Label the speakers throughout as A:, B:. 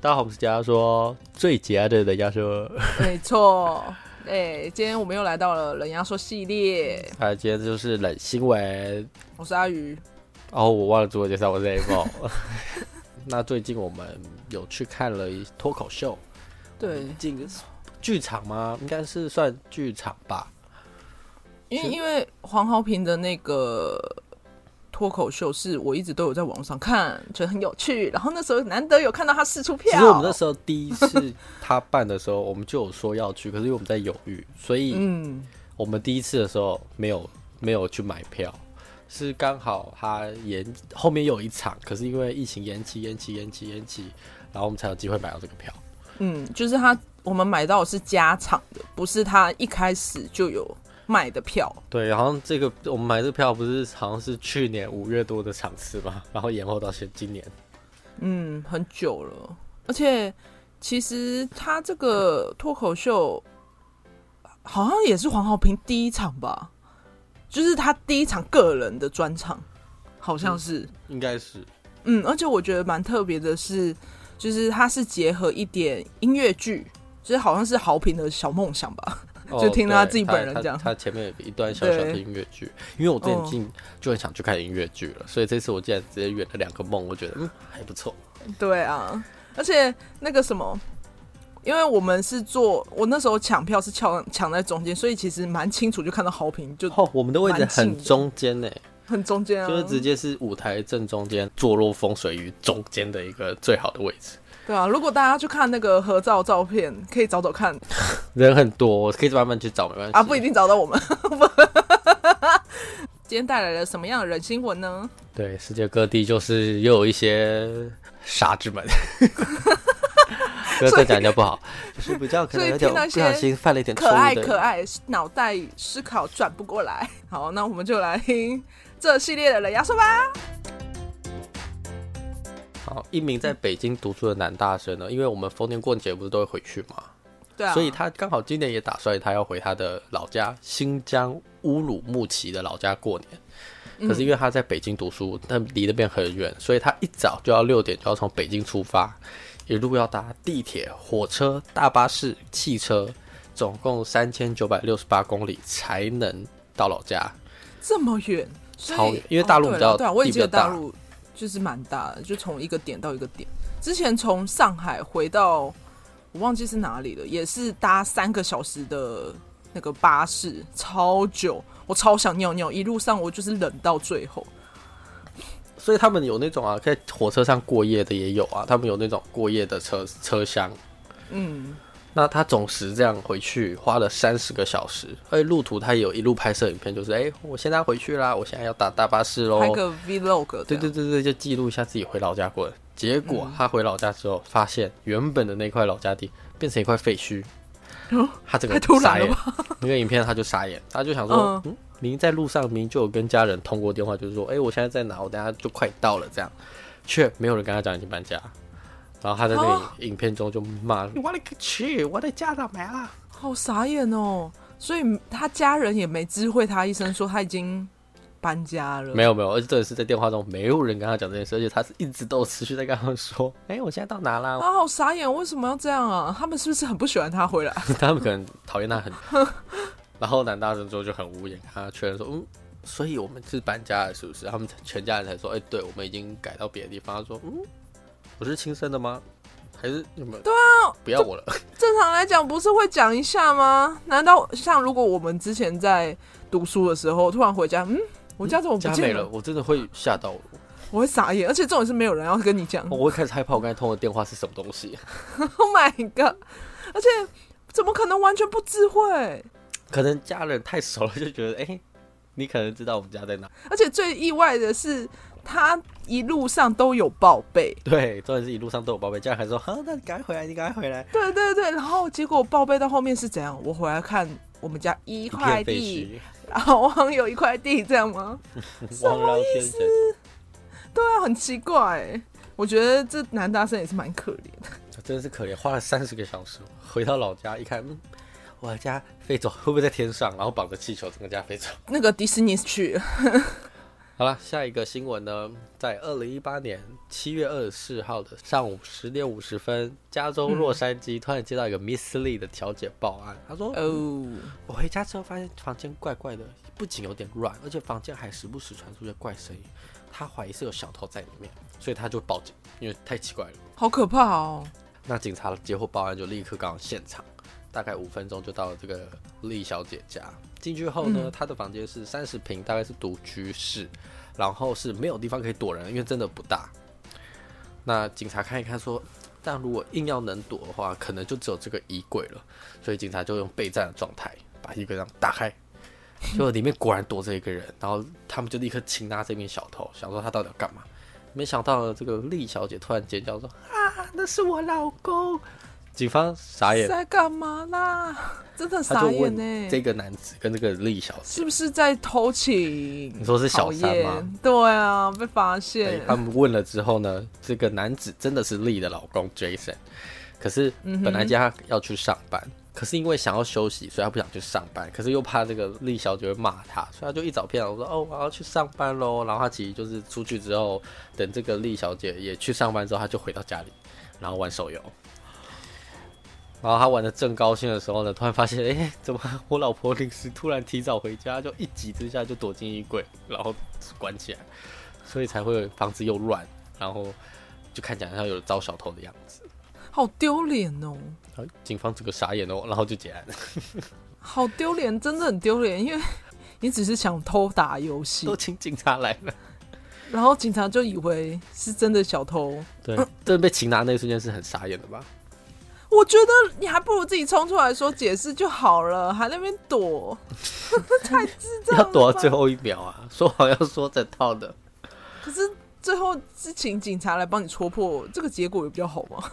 A: 大红之家说最夹的人家说，
B: 没错，哎，今天我们又来到了冷压缩系列，
A: 他今天就是冷新闻。
B: 我是阿鱼，
A: 哦，我忘了自我介绍，我是 A 梦。 那最近我们有去看了一脱口秀，
B: 对，
A: 进剧场吗？应该是算剧场吧。
B: 因为因为黄豪平的那个脱口秀是我一直都有在网上看，觉得很有趣，然后那时候难得有看到他试出票，
A: 其实我们那时候第一次他办的时候，我们就有说要去，可是因为我们在犹豫，所以
B: 嗯，
A: 我们第一次的时候没有没有去买票，是刚好他延后面有一场，可是因为疫情延期、延期、延期、延期，然后我们才有机会买到这个票。
B: 嗯，就是他我们买到的是加场的，不是他一开始就有卖的票。
A: 对，好像这个我们买这票不是好像是去年五月多的场次嘛，然后延后到现今年。
B: 嗯，很久了。而且其实他这个脱口秀好像也是黄浩平第一场吧，就是他第一场个人的专场，好像是。
A: 应该是
B: 嗯而且我觉得蛮特别的是，就是他是结合一点音乐剧，就是好像是豪平的小梦想吧。就听他
A: 哦对
B: 自己本人
A: 他
B: 讲
A: 他他前面有一段小小的
B: 对
A: 音乐剧，因为我之前
B: 哦
A: 进就很想去看音乐剧了，所以这次我竟然直接圆了两个梦，我觉得嗯还不错。
B: 对啊，而且那个什么，因为我们是坐，我那时候抢票是抢抢在中间，所以其实蛮清楚就看到豪平就
A: 哦，我们的位置
B: 蛮近
A: 很
B: 的
A: 中间呢、
B: 很中间啊，
A: 就是直接是舞台正中间，坐落风水于中间的一个最好的位置。
B: 对啊。如果大家去看那个合照照片，可以找找看
A: 人很多，我可以慢慢去找，没关系
B: 啊，不一定找到我们。 今天带来了什么样的人新闻呢？
A: 对，世界各地就是又有一些傻子 们，不要再讲人家不好，就是比较可能有
B: 所以
A: 点
B: 听到一
A: 不
B: 些
A: 小心犯了一点错
B: 可
A: 误
B: 爱
A: 的
B: 可爱，脑袋思考转不过来。好，那我们就来 听这系列的冷牙说吧。
A: 好，一名在北京读书的男大生呢，因为我们逢年过节不是都会回去嘛，
B: 对啊，
A: 所以他刚好今年也打算他要回他的老家新疆乌鲁木齐的老家过年。
B: 嗯
A: 可是因为他在北京读书，但离那边很远，所以他一早就要六点就要从北京出发，一路要搭地铁、火车、大巴士、汽车，总共三千九百六十八公里才能到老家。
B: 这么远，所以
A: 超远因为大陆
B: 哦
A: 比较
B: 对啊对啊，我也
A: 地
B: 记得
A: 比较
B: 大
A: 大
B: 陆就是蛮大的，就从一个点到一个点。之前从上海回到我忘记是哪里了，也是搭三个小时的那个巴士，超久，我超想尿尿，一路上我就是冷到最后。
A: 所以他们有那种啊，在火车上过夜的也有啊，他们有那种过夜的车车厢，
B: 嗯，
A: 那他总时这样回去花了三十个小时，而且路途他也有一路拍摄影片，就是哎、诶我现在要回去啦，我现在要搭大巴士喽。
B: 拍个 vlog，
A: 对
B: 这
A: 对
B: 样，
A: 对对，就记录一下自己回老家过的。结果他回老家之后，发现原本的那块老家地变成一块废墟，
B: 哦
A: 他整
B: 太
A: 个
B: 突
A: 傻
B: 然了
A: 眼。那个影片他就傻眼，他就想说，嗯，明明在路上明明就有跟家人通过电话，就是说，哎、我现在在哪？我等下就快到了，这样，却没有人跟他讲已经搬家。然后他在那
B: 哦
A: 个影片中就骂：“你我勒个去，我的家长没了。”
B: 好傻眼哦。所以他家人也没知会他一声，说他已经搬家了。
A: 没有没有，而且这是在电话中没有人跟他讲这件事，而且他是一直都有持续在跟他们说，哎、我现在到哪啦？
B: 啊，好傻眼！为什么要这样啊？他们是不是很不喜欢他回来？
A: 他们可能讨厌他很。然后男大生之后就很无言，跟他确认说，嗯，所以我们是搬家了，是不是？他们全家人才说，哎、对，我们已经改到别的地方。他说，嗯，我是亲生的吗？还是你们？对啊，不要我了。
B: 正常来讲，不是会讲一下吗？难道像如果我们之前在读书的时候，突然回家，嗯，我家怎么不
A: 家
B: 见
A: 没了，嗯我真的会吓到我，
B: 我会傻眼，而且重点是没有人要跟你讲。
A: 我会开始害怕我刚才通的电话是什么东西。
B: oh my god！而且怎么可能完全不智慧？
A: 可能家人太熟了，就觉得，哎、你可能知道我们家在哪。
B: 而且最意外的是，他一路上都有报备。
A: 对，重点是一路上都有宝贝，家人还说，好，那你赶快回来，你赶快回来。
B: 对对对，然后结果报备到后面是怎样？我回来看我们家一块地，然后网友一块地，这样吗？
A: 什么意思？
B: 对啊，很奇怪、我觉得这男大生也是蛮可怜的。
A: 真是可怜，花了三十个小时回到老家，一看，嗯，我的家飞走，会不会在天上？然后绑着气球，整个家飞走。
B: 那个迪士尼去了，
A: 好了，下一个新闻呢，在二零一八年七月二十四号的上午十点五十分，加州洛杉矶突然接到一个 Miss Lee 的调解报案，他说：“呃
B: 哦，
A: 我回家之后发现房间怪怪的，不仅有点乱，而且房间还时不时传出些怪声音。他怀疑是有小偷在里面，所以他就报警，因为太奇怪了。
B: 好可怕哦！
A: 那警察接获报案就立刻赶往现场，大概五分钟就到了这个丽小姐家。进去后呢，她的房间是三十平，大概是独居室，然后是没有地方可以躲人，因为真的不大。那警察看一看说，但如果硬要能躲的话，可能就只有这个衣柜了。所以警察就用备战的状态把衣柜这样打开，结果里面果然躲着一个人，然后他们就立刻擒拿这名小偷，想说他到底要干嘛。没想到呢这个丽小姐突然尖叫说：“啊，那是我老公！”警方傻眼，
B: 在干嘛啦？ 真的
A: 哎他就
B: 傻眼欸
A: 问
B: 呢、
A: 这个男子跟这个丽小姐，
B: 是不是在偷情？
A: 你说是小三吗
B: 讨厌？对啊，被发现
A: 对。他们问了之后呢，这个男子真的是丽的老公 Jason，可是本来叫他要去上班，可是因为想要休息，所以他不想去上班，可是又怕这个丽小姐会骂他，所以他就一早骗我说哦我要去上班喽，然后他其实就是出去之后，等这个丽小姐也去上班之后，他就回到家里，然后玩手游。然后他玩的正高兴的时候呢，突然发现，哎，怎么我老婆临时突然提早回家，就一急之下就躲进衣柜，然后关起来。所以才会房子又乱，然后就看起来像有招小偷的样子。
B: 好丢脸哦，
A: 哎警方这个傻眼哦，然后就结案，
B: 好丢脸，真的很丢脸，因为 你只是想偷打游戏
A: 都，请警察来了。
B: 然后警察就以为是真的小偷。
A: 对，真的被擒拿那一瞬间是很傻眼的吧？
B: 我觉得你还不如自己冲出来说解释就好了，还那边躲， 太智障了
A: 要
B: 吧。
A: 躲到最后一秒啊！说好要说整套的，
B: 可是最后是请警察来帮你戳破，这个结果也比较好嘛。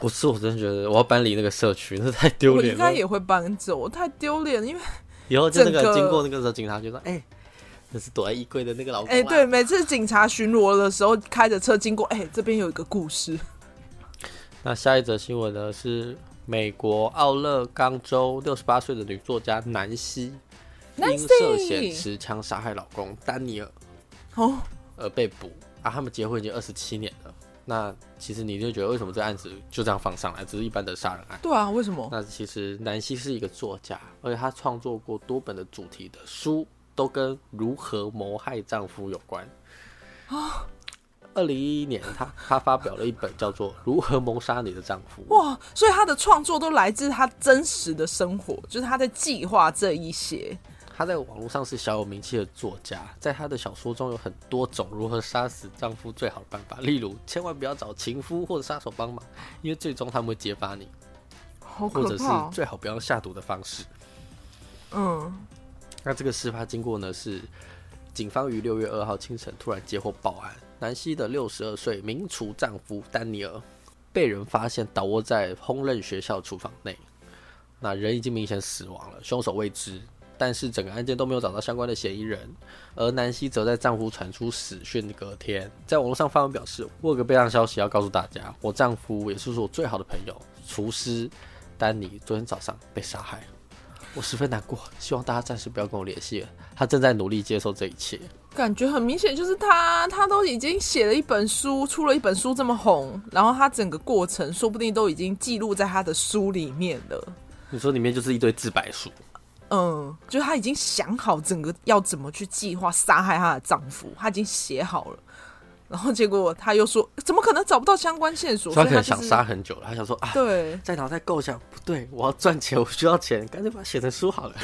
A: 我是我真的觉得我要搬离那个社区，那太丢
B: 我
A: 脸
B: 应
A: 了
B: 该。也会搬走，太丢脸了，因为
A: 以后就那个
B: 整个
A: 经过那个时候，警察就说：“哎、那是躲在衣柜的那个老公、啊。
B: 哎、对，每次警察巡逻的时候开着车经过，哎、这边有一个 故事，
A: 那下一则新闻呢是美国奥勒冈州六十八岁的女作家南希，因涉嫌
B: Nancy
A: 持枪杀害老公丹尼尔
B: 哦，
A: 而被捕啊。他们结婚已经二十七年了。那其实你就觉得为什么这案子就这样放上来，只是一般的杀人案？
B: 对啊，为什么？
A: 那其实南希是一个作家，而且她创作过多本的主题的书，都跟如何谋害丈夫有关。二零一一年，她她发表了一本叫做《如何谋杀你的丈夫》。
B: 哇，所以他的创作都来自他真实的生活，就是他在计划这一些。
A: 她在网络上是小有名气的作家，在她的小说中有很多种如何杀死丈夫最好的办法，例如千万不要找情夫或者杀手帮忙，因为最终他们会揭发你，
B: 好
A: 或者
B: 可
A: 是
B: 怕、哦！
A: 最好不要用下毒的方式。
B: 嗯，
A: 那这个事发经过呢是，警方于六月二号清晨突然接获报案，南希的六十二岁名厨丈夫丹尼尔被人发现倒卧在烹饪学校厨房内，那人已经明显死亡了，凶手未知。但是整个案件都没有找到相关的嫌疑人，而南希则在丈夫传出死讯的隔天，在网络上发文表示：“我有个备案消息要告诉大家，我丈夫也是我最好的朋友，厨师丹尼，昨天早上被杀害。”我十分难过，希望大家暂时不要跟我联系了。他正在努力接受这一切。
B: 感觉很明显就是他，他都已经写了一本书，出了一本书这么红，然后他整个过程说不定都已经记录在他的书里面了。
A: 你说里面就是一堆自白书，
B: 嗯，就是他已经想好整个要怎么去计划杀害她的丈夫，他已经写好了。然后结果他又说，怎么可能找不到相关线索？
A: 所以他可能
B: 所以
A: 想
B: 就
A: 杀
B: 是。
A: 很久了。他想说啊，
B: 对，
A: 在脑袋构想不对，我要赚钱，我需要钱，干脆把它写成书好了。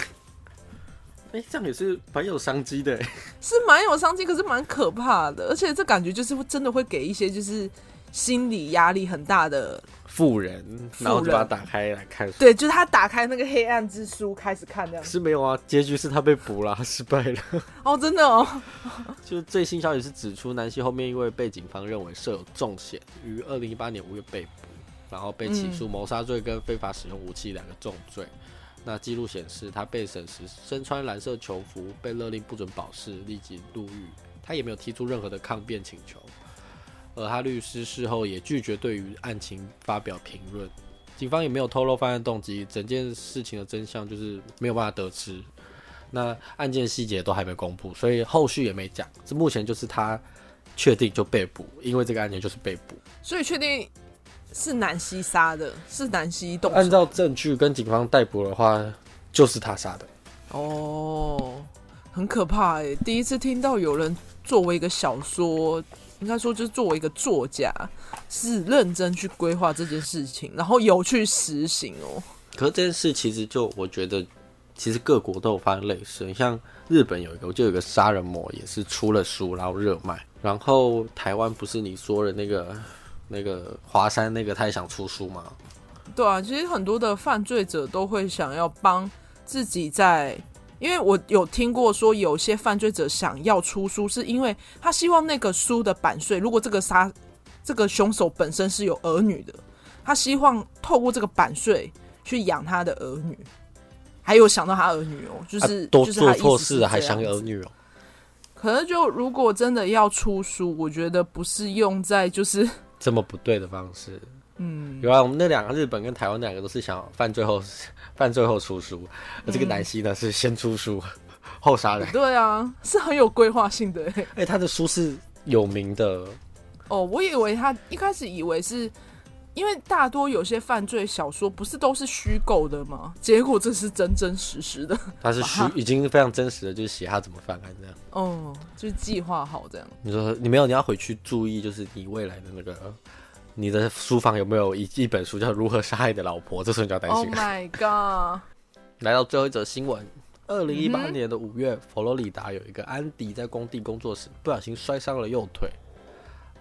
A: 哎、这样也是蛮有商机的。
B: 是蛮有商机，可是蛮可怕的，而且这感觉就是会真的会给一些就是心理压力很大的，
A: 富人，然后就把它打开来看。
B: 对，就是他打开那个黑暗之书开始看这 样
A: 可
B: 子。
A: 是没有啊，结局是他被捕了，他失败了。
B: 哦，真的哦，
A: 就是最新消息是指出，南希后面因为被警方认为设有重嫌，于二零一八年五月被捕，然后被起诉谋杀罪跟非法使用武器两个重罪。那记录显示，他被审时身穿蓝色囚服，被勒令不准保释，立即入狱。他也没有提出任何的抗辩请求，而他律师事后也拒绝对于案情发表评论。警方也没有透露犯案动机，整件事情的真相就是没有办法得知。那案件细节都还没公布，所以后续也没讲。这目前就是他确定就被捕，因为这个案件就是被捕。
B: 所以确定是南希杀的，是南希动
A: 按
B: 手
A: 照证据跟警方逮捕的话，就是他杀的。
B: 哦，很可怕哎、第一次听到有人作为一个小说，应该说就是作为一个作家，是认真去规划这件事情，然后有去实行哦。
A: 可是这件事其实就我觉得，其实各国都有发生类似的，像日本有一个，我就有一个杀人魔也是出了书然后热卖，然后台湾不是你说的那个那个华山那个他也想出书吗？
B: 对啊，其实很多的犯罪者都会想要帮自己在，因为我有听过说，有些犯罪者想要出书，是因为他希望那个书的版税，如果这个杀这个凶手本身是有儿女的，他希望透过这个版税去养他的儿女，还有想到他儿女哦，就是、
A: 啊、都
B: 就是
A: 做
B: 他的意思
A: 错
B: 是
A: 事了还
B: 这样
A: 想儿
B: 子
A: 女哦、
B: 可能就如果真的要出书，我觉得不是用在就是
A: 这么不对的方式。
B: 嗯，
A: 有啊，我们那两个日本跟台湾那两个都是想犯罪后 犯罪后出书，而这个南希呢是先出书 后杀人。
B: 对啊，是很有规划性的、欸。
A: 哎、他的书是有名的，
B: 哦，我以为他一开始以为是因为大多有些犯罪小说不是都是虚构的吗？结果这是真真实实的，
A: 他是虚
B: 哇
A: 已经非常真实的，就是写他怎么犯案这样。
B: 哦，就是计划好这样。
A: 你说你没有，你要回去注意，就是你未来的那个呃你的书房有没有一一本书叫《如何杀害你的老婆》，这时候你就要担
B: Oh
A: 心了。
B: my god！
A: 来到最后一则新闻，二零一八年的五月，佛罗里达有一个安迪在工地工作时不小心摔伤了右腿，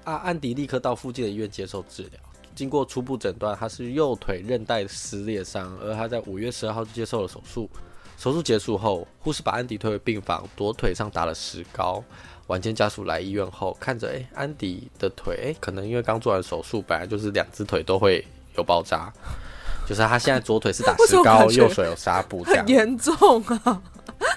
A: 啊，安迪立刻到附近的医院接受治疗。经过初步诊断，他是右腿韧带撕裂伤，而他在五月十二号就接受了手术。手术结束后，护士把安迪推回病房，左腿上打了石膏。晚间家属来医院后，看着哎、诶安迪的腿，哎、可能因为刚做完手术，本来就是两只腿都会有爆炸，就是他现在左腿是打
B: 为什
A: 石
B: 么
A: 膏，
B: 感觉
A: 右手有纱布这样
B: 很。严重啊，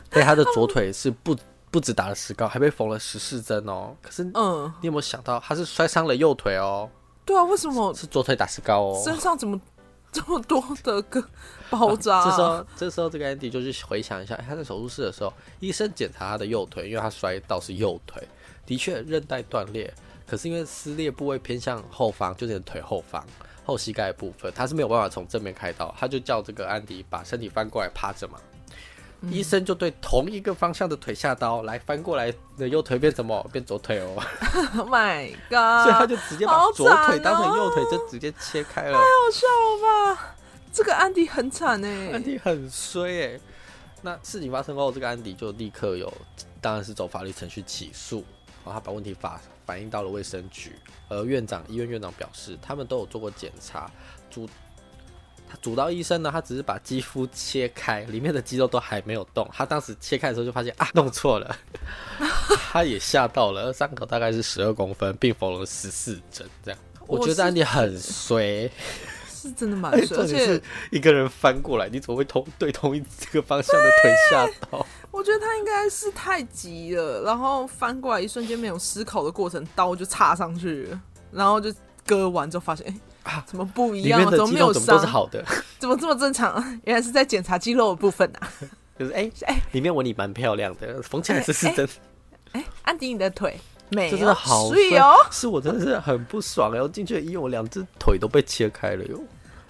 A: 对，他的左腿是不不止打了石膏，还被缝了十四针哦。可是你
B: 嗯，
A: 有没有想到，他是摔伤了右腿哦，
B: 对啊，为什么
A: 是左腿打石膏哦。啊
B: 身上怎么 这么多的个包扎、
A: 这时候，这时候这个 Andy 就去回想一下，哎他在手术室的时候，医生检查他的右腿，因为他摔到是右腿，的确韧带断裂，可是因为撕裂部位偏向后方，就是你的腿后方后膝盖的部分，他是没有办法从正面开刀，他就叫这个安迪把身体翻过来趴着嘛。
B: 嗯
A: 医生就对同一个方向的腿下刀，来翻过来，你的右腿变什么？变左腿哦，
B: ，Oh my
A: 所以他
B: god！
A: 就直接把
B: 好
A: 左腿
B: 惨
A: 当成右腿，
B: 哦
A: 就直接切开了。
B: 好笑吧？这个安迪很惨哎、
A: 安迪很衰哎、那事情发生后，这个安迪就立刻有，当然是走法律程序起诉，然后他把问题反反映到了卫生局，而院长医院院长表示，他们都有做过检查，主他主刀医生呢，他只是把肌肤切开，里面的肌肉都还没有动，他当时切开的时候就发现啊，弄错了， 他也吓到了，伤口大概是十二公分，并缝了十四针这样。我觉
B: 我是
A: 得安迪很衰，
B: 是真的蛮
A: 而且
B: 衰，
A: 哎重
B: 而
A: 点
B: 且
A: 是一个人翻过来，你怎么会同对同一这个方向的腿下刀？
B: 我觉得他应该是太急了，然后翻过来一瞬间没有思考的过程，刀就插上去了，然后就割完之后发现，哎、
A: 啊
B: 怎么不 一
A: 里
B: 样
A: 面
B: 啊？
A: 的
B: 怎么
A: 肌
B: 没
A: 肉
B: 有
A: 怎么都
B: 伤
A: 是？好的？
B: 怎么这么正常啊？原来是在检查肌肉的部分啊！
A: 就是哎
B: 哎
A: 哎，里面纹理蛮漂亮的，缝起来
B: 哎
A: 是是真，
B: 哎、安迪，你的腿没
A: 这
B: 有？
A: 真的好
B: 所以
A: 酸
B: 哦，
A: 是我真的是很不爽哎！我进去医院，我两只腿都被切开了哟。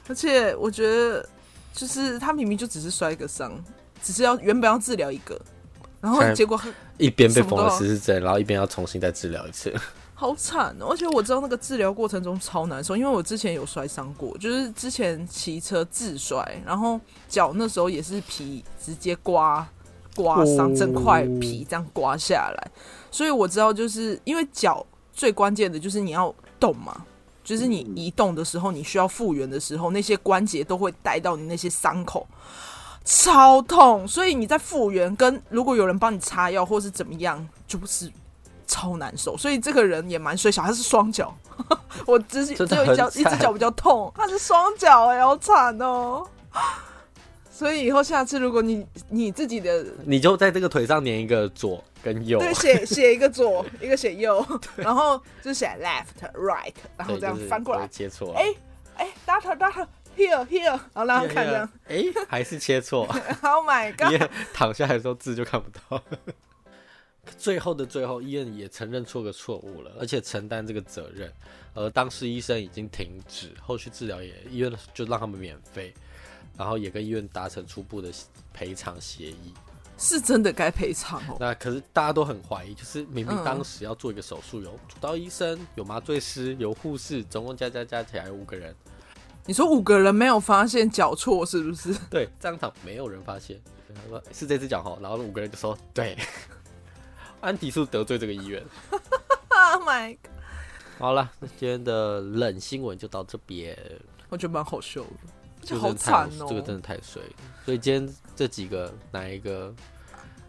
B: 而且我觉得，就是他明明就只是摔个伤，只是要原本要治疗一个，然后
A: 哎
B: 结果
A: 一边被缝了
B: 什么
A: 十
B: 都
A: 四针，然后一边要重新再治疗一次。
B: 好惨哦！而且我知道那个治疗过程中超难受，因为我之前有摔伤过，就是之前骑车自摔，然后脚那时候也是皮直接刮刮伤，
A: 哦
B: 整块皮这样刮下来，所以我知道就是因为脚最关键的就是你要动嘛。就是
A: 嗯
B: 你移动的时候，你需要复原的时候，那些关节都会带到你那些伤口，超痛。所以你在复原跟如果有人帮你擦药或是怎么样，就是超难受。所以这个人也蛮衰小，他是双脚， 我只是
A: 真
B: 只
A: 的
B: 有一脚
A: 很
B: 一
A: 惨
B: 只脚比较痛，他是双脚哎，好惨哦。所以以后下次如果你你自己的
A: 你就在这个腿上粘一个左跟 右，啊
B: 对写写一个左，一个写右， 然后就写 left right，然后
A: 对，
B: 这样
A: 就是
B: 翻过
A: 不
B: 来
A: 会，接错。啊
B: 哎哎哎，doctor doctor here here，然后让他看这样。
A: 哎、还是切错，
B: Oh my
A: 医
B: god！
A: 院躺下来的时候字就看不到。 最后的最后，医院也承认错个错误了，而且承担这个责任。而当时医生已经停止后续治疗也，医院就让他们免费，然后也跟医院达成初步的赔偿协议。
B: 是真的该赔偿哦。
A: 那可是大家都很怀疑，就是明明
B: 嗯
A: 当时要做一个手术，有主刀医生、有麻醉师、有护士，总共加加加起来五个人，
B: 你说五个人没有发现脚错是不是？
A: 对，当场没有人发现。 他说是这只脚哈，然后五个人就说对。 安迪是不是得罪这个医院。
B: Oh my god！
A: 好了，那今天的冷新闻就到这边，
B: 我觉得蛮好笑的，
A: 这
B: 就
A: 个
B: 好
A: 真的太
B: 惨哦、
A: 这个真的太衰了。所以今天这几个哪一个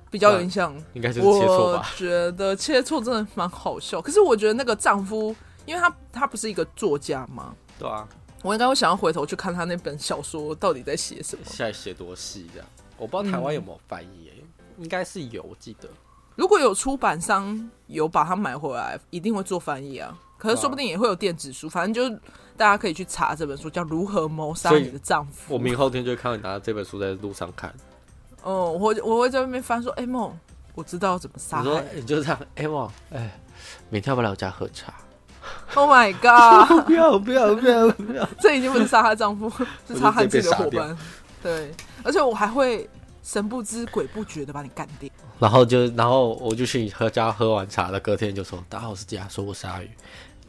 B: 比较有印象。
A: 应该就是切错
B: 我
A: 吧？
B: 觉得切错真的蛮好笑，可是我觉得那个丈夫，因为他他不是一个作家嘛，
A: 对啊，
B: 我应该会想要回头去看他那本小说到底在写什么。
A: 现在写多细这样，我不知道台湾有没有翻译耶、
B: 嗯
A: 应该是有，我记得。
B: 如果有出版商有把它买回来，一定会做翻译啊。可是说不定也会有电子书，反正就是大家可以去查这本书，叫《如何谋杀
A: 所以
B: 你的丈夫》。
A: 我明后天就看到你拿着这本书在路上看，
B: 哦，我会我会在外面翻说，哎、梦，我知道怎么杀
A: 你说
B: 害。
A: 你就这样，哎、我哎，明天要不要来我家喝茶？
B: Oh my god！
A: 不要不要不要不要！
B: 这已经不是杀害丈夫，是杀害自己的伙
A: 我就直接被
B: 伴。对，而且我还会神不知鬼不觉的把你干掉。
A: 然后就然后我就去你喝家喝完茶了，隔天就说大家好，我是家，说我是阿宇，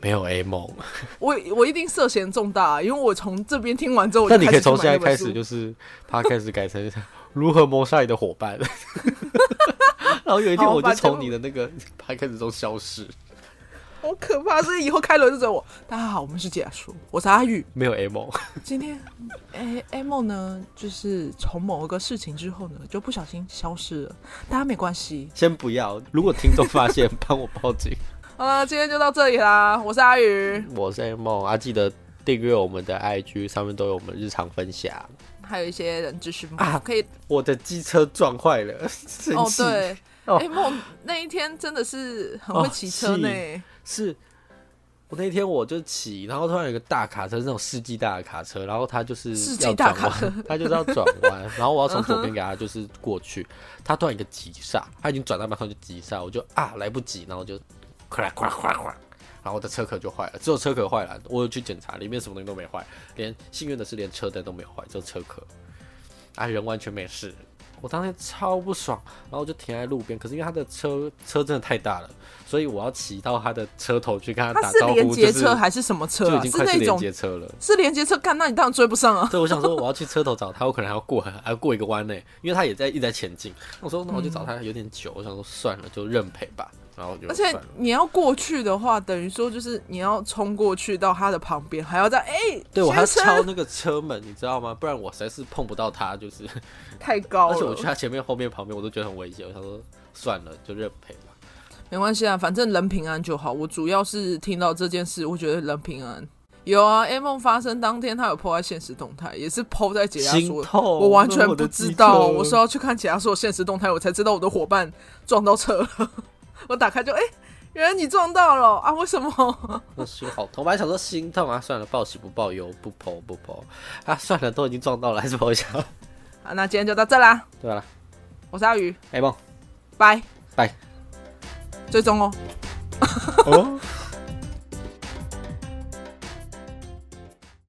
A: 没有 A 梦。
B: 我我一定涉嫌重大、因为我从这边听完之后，我
A: 那
B: 就
A: 你可以从现在开
B: 开
A: 始
B: 始去买那
A: 就
B: 本书
A: 是他开始改成如何谋杀你的伙伴。 然后有一天
B: 好哦
A: 我就
B: 把节
A: 从
B: 目
A: 你的那个 p 开始中消失，
B: 好可怕，所以以后开头就找我。大家好，我们是解说，我是阿玉。
A: 没有 A 梦。
B: 今天，哎、a m o 呢，就是从某一个事情之后呢，就不小心消失了。大家没关系，
A: 先不要，如果听众发现， 帮我报警。
B: 好了，今天就到这里啦。我是阿宇，
A: 我是 A 梦啊，记得订阅我们的 IG，上面都有我们日常分享。
B: 还有一些人知识吗？
A: 啊
B: 可以
A: 我的机车撞坏了， 生
B: 哦，
A: 气、
B: 对，
A: 哦
B: 哎、梦那一天真的是很会骑车呢、
A: 哦是我那天我就骑，然后突然有一个大卡车，是那种世纪大的卡车，然后他就是
B: 世纪
A: 要
B: 大
A: 转
B: 卡车
A: 弯，他就是要转弯，然后我要从左 边给他就是过去，他突然一个急刹，他已经转到半空就急刹，我就啊来不及，然后就快啦快啦快啦快啦。然后我的车壳就坏了，只有车壳坏了，我有去检查，里面什么东西都没坏，连幸运的是连车灯都没有坏，只有车壳，啊人完全没事。我当天超不爽，然后我就停在路边，可是因为他的车车真的太大了，所以我要骑到他的车头去跟他
B: 它
A: 打
B: 是
A: 招
B: 连
A: 呼，
B: 接
A: 就是
B: 车还是什么车
A: 就已
B: 啊？
A: 经
B: 是
A: 快是
B: 那
A: 连
B: 种
A: 接车了。
B: 是连接车，干，那你当然追不上啊。
A: 所以我想说，我要去车头找他，我可能还要过还要过一个弯呢，因为他也在一直在前进。我说那我就找他有点久，我想说算了，就认赔吧。然后我就
B: 嗯而
A: 算
B: 且
A: 了。
B: 你要过去的话，等于说就是你要冲过去到他的旁边，还要在哎、
A: 对我还要
B: 学生
A: 敲那个车门，你知道吗？不然我实在是碰不到他，就是
B: 太高了。
A: 而且我去他前面、后面、旁边，我都觉得很危险。我想说算了，就认赔吧。
B: 没关系啊，反正人平安就好。我主要是听到这件事，我觉得人平安。有啊，A 梦发生当天，他有 PO 在现实动态，也是 PO 在解压
A: 心
B: 说，
A: 痛，
B: 我完全
A: 我的
B: 不
A: 机
B: 知道。
A: 车
B: 我说要去看解压说的现实动态，我才知道我的伙伴撞到车了。我打开就哎、原来你撞到了啊？为什么？
A: 那心好痛，我本来想说心痛啊，算了，报喜不报忧，不剖不剖啊，算了，都已经撞到了，还是剖一下。
B: 啊，那今天就到这啦，
A: 对了，
B: 我是阿鱼，
A: 哎梦，
B: 拜
A: 拜。
B: 追踪哦。
A: 哦。